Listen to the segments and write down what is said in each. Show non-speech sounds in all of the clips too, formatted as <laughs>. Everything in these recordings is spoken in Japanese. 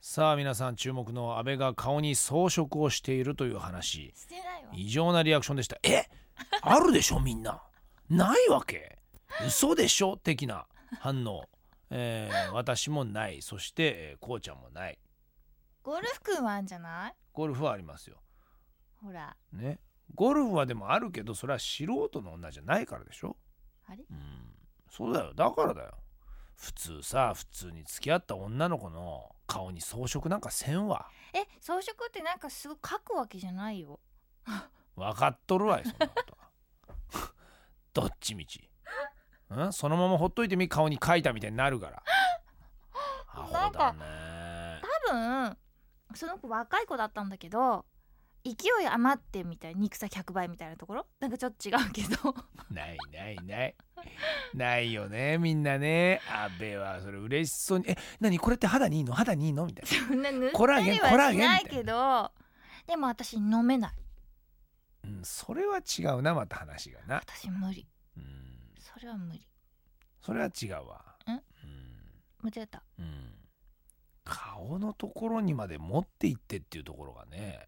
さあ皆さん注目の安倍が顔に装飾をしているという話してないわ異常なリアクションでしたえあるでしょみんなないわけ嘘でしょ的な反応、えー私もないそして、えーこうちゃんもないゴルフくんはあんじゃないゴルフはありますよほらねゴルフはでもあるけどそれは素人の女じゃないからでしょあれうんそうだよだからだよ普通さ普通に付き合った女の子の顔に装飾なんかせんわえ装飾ってなんかすごい書くわけじゃないよ分かっとるわいそんなことはどっちみち、うん、そのままほっといてみ顔に書いたみたいになるからアホだね多分その子若い子だったんだけど勢い余ってみたい憎さ100倍みたいなところなんかちょっと違うけどないないないないよねみんなね阿部はそれ嬉しそうに「え何これって肌にいいの肌にいいの?」みたいなそん <laughs> な塗っコラーたゲンりコラはーゲンしみたいなないけどでも私飲めないうん、それは違うなまた話がな、私無理うん、それは無理それは違うわんう間違えたん、うん、顔のところにまで持っていってっていうところがね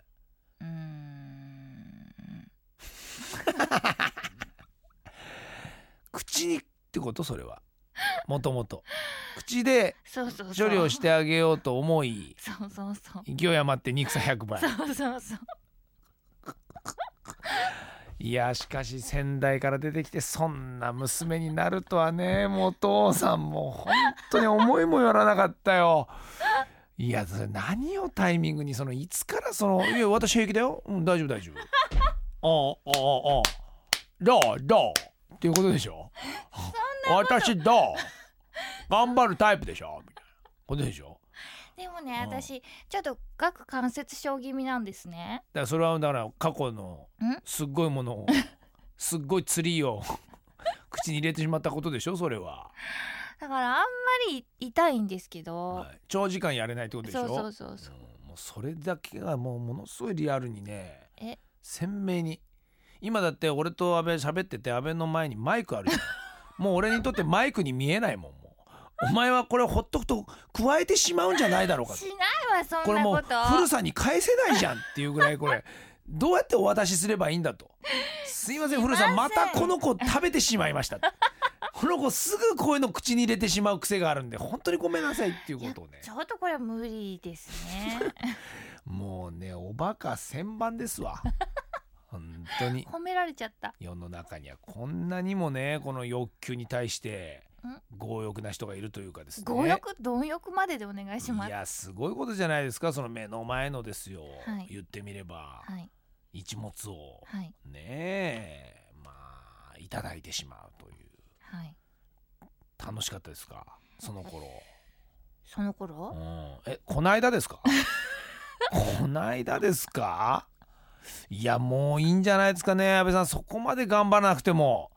うーん口にってことそれはもともと口でそうそうそう処理をしてあげようと思いそうそうそう勢い余って肉さ100倍そうそうそういやしかし仙台から出てきてそんな娘になるとはねもうお父さんも本当に思いもよらなかったよ。いやそれ何をタイミングにそのいつからそ <laughs> の「いや私平気だよ、うん、大丈夫大丈夫」 <laughs> 「ああああああどうどう」っていうことでしょ「私どう頑張るタイプでしょ」みたいなことでしょでもうねん私ちょっと顎関節症気味なんですねだからそれはだから過去のんすっごいも <laughs> のをすっごいツリーを <laughs> 口に入れてしまったことでしょそれは、だからあんまり痛いんですけど、はい長時間やれないってことでしそょうそうそうそううんもうそれだけがもうものすごいリアルにねえ鮮明に今だって俺と阿部喋ってて阿部の前にマイクあるじゃ <laughs> んもう俺にとってマイクに見えないもんもうお前はこれをほっとくと加えてしまうんじゃないだろうかしないわそこんれなもこう古とさに返せないじゃんっていうぐらいこ <laughs> れどうやってお渡しすればいいんだとすいません古さんすいまませんたこの子食べてしまいましたこの子すぐこういうの口に入れてしまう癖があるんで本当にごめんなさいっていうことをねちょっとこれは無理です <laughs> ねもうねおバカ千番ですわ本当に褒められちゃった世の中にはこんなにもねこの欲求に対して強欲な人がいるというかですね強欲貪欲まででお願いしまいすやすごいことじゃないですかその目の前のですよ、はい言ってみれば、はい一物をはいねえまあいただいてしまうというはい楽しかったですかその頃、そのう頃ん、えこないだですかこないだですかいやもういいんじゃないですかね安倍さんそこまで頑張らなくても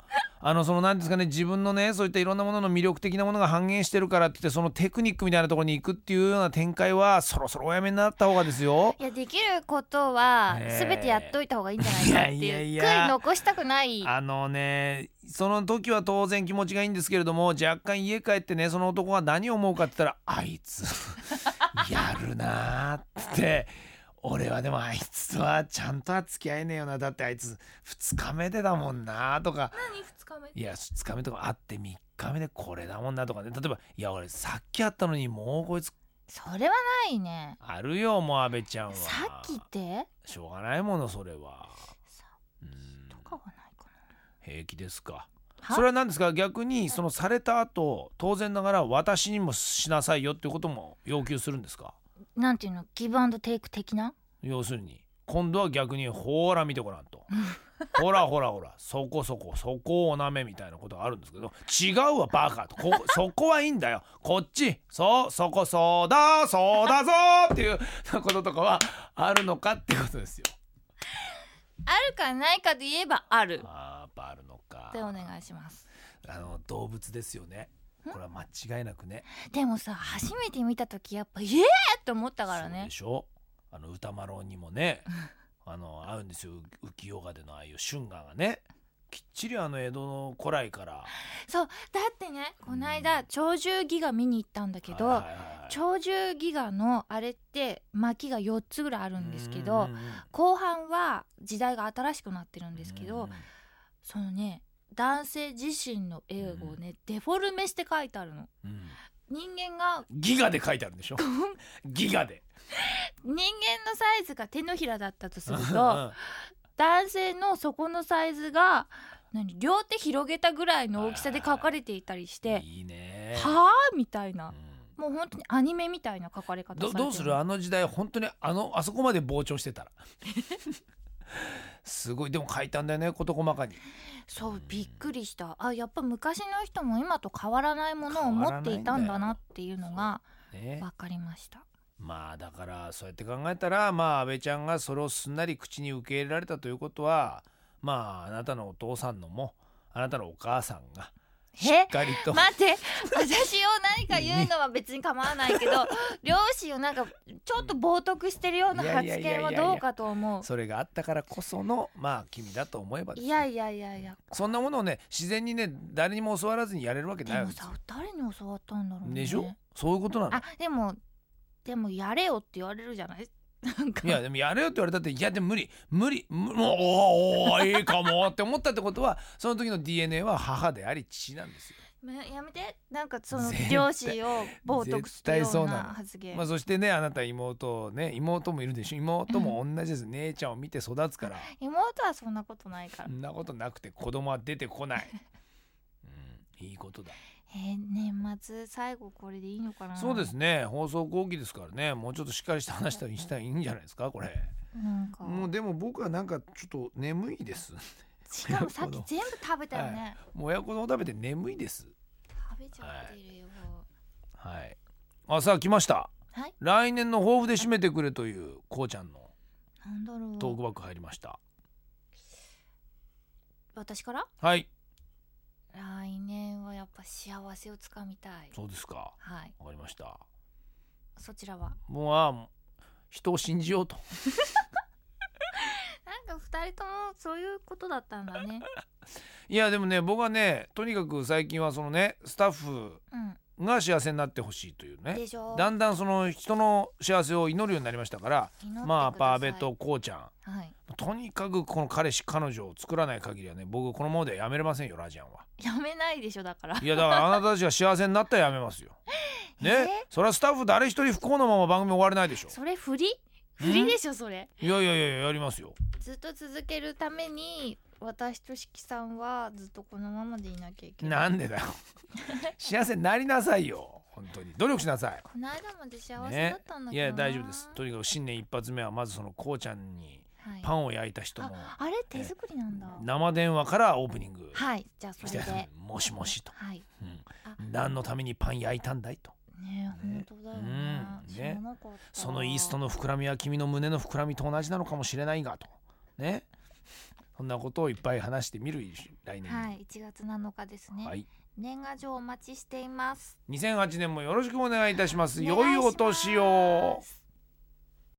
あのその何ですかね自分のねそういったいろんなものの魅力的なものが半減してるからって言ってそのテクニックみたいなところに行くっていうような展開はそろそろおやめになった方がですよいやできることはねえ全てやっといた方がいいんじゃないかっていういやいやいや悔い残したくないあのねその時は当然気持ちがいいんですけれども若干家帰ってねその男が何を思うかって言ったら「あいつ <laughs> やるな」って「俺はでもあいつとはちゃんとは付き合えねえよなだってあいつ2日目でだもんな」とか何2日「目いや2日目とか会って3日目でこれだもんな」とかね例えば「いや俺さっき会ったのにもうこいつそれはないねあるよもう阿部ちゃんは」さっきってしょうがないものそれは。さうんとかはないか平気ですかはそれは何ですか逆にそのされた後当然ながら私にもしなさいよっていうことも要求するんですかななんていうのギブアンドテイク的な要するに今度は逆にほら見てごらんとほらほらほらそこそこそこをおなめみたいなことがあるんですけど違うわバカとこそこはいいんだよこっちそうそこそうだそうだぞっていうこととかはあるのかってことですよあるかないかで言えばあるっあーやっぱあるのかてお願いしますあの動物ですよねこれは間違いなくねでもさ初めて見た時やっぱイエーって思ったからそうねでしょあの <laughs> 歌丸にもねあの合うんですよ浮世画でのああいう春画がねきっちりあの江戸の古来からだってねこの間鳥獣戯画見に行ったんだけど、はいはいはいはい鳥獣戯画のあれって巻きが4つぐらいあるんですけど、うんうんうん後半は時代が新しくなってるんですけうどん、そのね男性自身の英語をね、デフォルメして書いてあるのうん人間がギガで書いてあるん <laughs> でしょこんギガで人間のサイズが手のひらだったとする <laughs> <laughs> とは男性の底のサイズが何両手広げたぐらいの大きさで書かれていたりしていいねはあみたいなうんもう本当にアニメみたいな書かれ方されどてどうするあの時代本当にあのあそこまで膨張してたら <laughs> すごいでも書いたんだよね事細かにそうびっくりしたあやっぱ昔の人も今と変わらないものを持っていたんだなっていうのがね分かりましたまあだからそうやって考えたらまあ安倍ちゃんがそれをすんなり口に受け入れられたということはまああなたのお父さんのもあなたのお母さんがしえっかりと、待って私を何か言うのは別に構わない <laughs> けど両親をなんかちょっと冒涜してるようないや発いやいやいや言はどうかと思うそれがあったからこそのまあ君だと思えばですいねやいやいやいやそんなものをね自然にね誰にも教わらずにやれるわけでないわもけですさよ誰に教わったんだろうねでしょそういうことなのあでもでもやれよって言われるじゃないなんかいやでもやれよって言われたっていやでも無理無理むもうおーおーいいかもって思ったってことはその時の DNA は母であり父なんですよややめてなんかその絶対両親を冒涜するよ絶対そううなのな発言まあ、そしてねあなた妹をね妹もいるでしょ妹も同じです、姉ちゃんを見て育つから妹はそんなことないからそ、んなことなくて子供は出てこない、うん、いいことだえー年末最後これでいいのかなそうですね放送後期ですからねもうちょっとしっかりした話したりしたらいいんじゃないですかこれなんかもうでも僕はなんかちょっと眠いですしかもさっき全部食べたよね、もう親子丼食べて眠いです食べちゃってるよ、はいあさあ来ました、はい来年の抱負で締めてくれというこうちゃんのなんだろうトークバッグ入りました、私からはい来年はやっぱ幸せをつかみたいそうですかはいわかりましたそちらはもうあもう人を信じようとなんか二人ともそういうことだったんだねいやでもね僕はねとにかく最近はそのねスタッフうが幸せになってほしいというんねでしょだんだんその人の幸せを祈るようになりましたから祈ってくださいまあパーベとこうちゃんはいとにかくこの彼氏彼女を作らない限りはね僕このままではやめれませんよラジアンはやめないでしょだ <laughs> からいやだからあなたたちが幸せになったらやめますよね <laughs> えそれはスタッフ誰一人不幸のまま番組終われないでしょそれ振り振りでしょそれいやいやいややりますよずっと続けるために私としきさんはずっとこのままでいなきゃいけないなんで <laughs> だよ幸せになりなさいよ本当に努力しなさいこの間まで幸せだったんだいけどな、や大丈夫ですとにかく新年一発目はまずそのこうちゃんにはい、パンを焼いた人のああれ手作りなんだ生電話からオープニングはいじゃあそれしてで「もしもし」とはい「うんあ何のためにパン焼いたんだい?」とねえね本当だよねうん知らなかった「そのイーストの膨らみは君の胸の膨らみと同じなのかもしれないが」とねそんなことをいっぱい話してみる来年にはい1月7日ですね、はい年賀状お待ちしています2008年もよろしくお願いいたしますお願良いいお年をします